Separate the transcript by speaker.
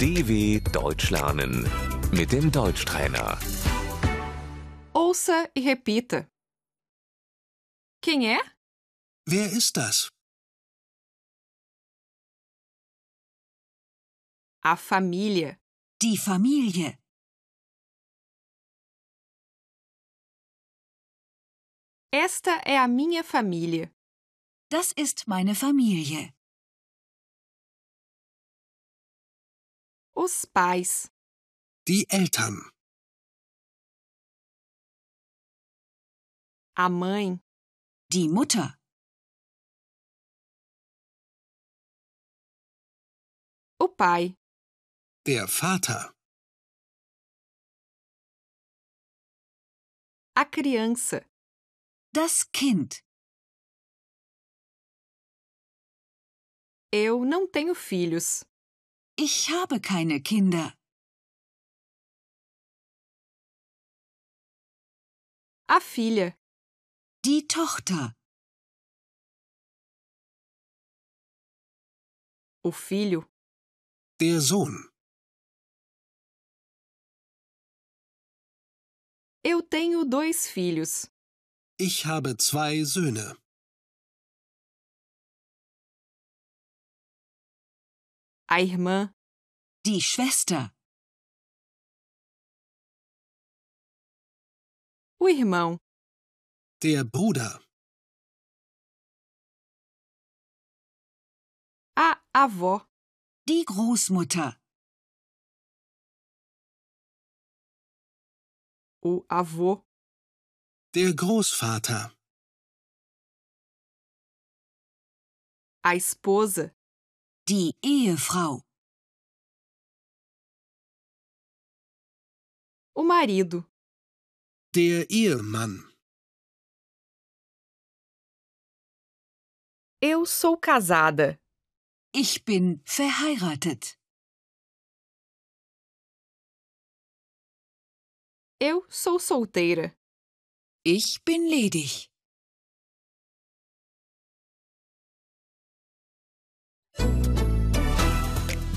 Speaker 1: DW Deutsch lernen mit dem Deutschtrainer.
Speaker 2: Ouça e repita. Quem é?
Speaker 3: Wer ist das?
Speaker 2: A família.
Speaker 4: Die Familie.
Speaker 2: Esta é a minha família.
Speaker 4: Das ist meine Familie.
Speaker 2: Os pais.
Speaker 3: Die Eltern.
Speaker 2: A mãe.
Speaker 4: Die Mutter.
Speaker 2: O pai.
Speaker 3: Der Vater.
Speaker 2: A criança.
Speaker 4: Das Kind.
Speaker 2: Eu não tenho filhos.
Speaker 4: Ich habe keine Kinder.
Speaker 2: A filha.
Speaker 4: Die Tochter.
Speaker 2: O filho.
Speaker 3: Der Sohn.
Speaker 2: Eu tenho dois filhos.
Speaker 3: Ich habe zwei Söhne.
Speaker 2: A irmã.
Speaker 4: Die Schwester.
Speaker 2: O irmão.
Speaker 3: Der Bruder.
Speaker 2: A avó.
Speaker 4: Die Großmutter.
Speaker 2: O avô.
Speaker 3: Der Großvater.
Speaker 2: A esposa.
Speaker 4: Die Ehefrau.
Speaker 2: O marido.
Speaker 3: Der Ehemann.
Speaker 2: Eu sou casada.
Speaker 4: Ich bin verheiratet.
Speaker 2: Eu sou solteira.
Speaker 4: Ich bin ledig.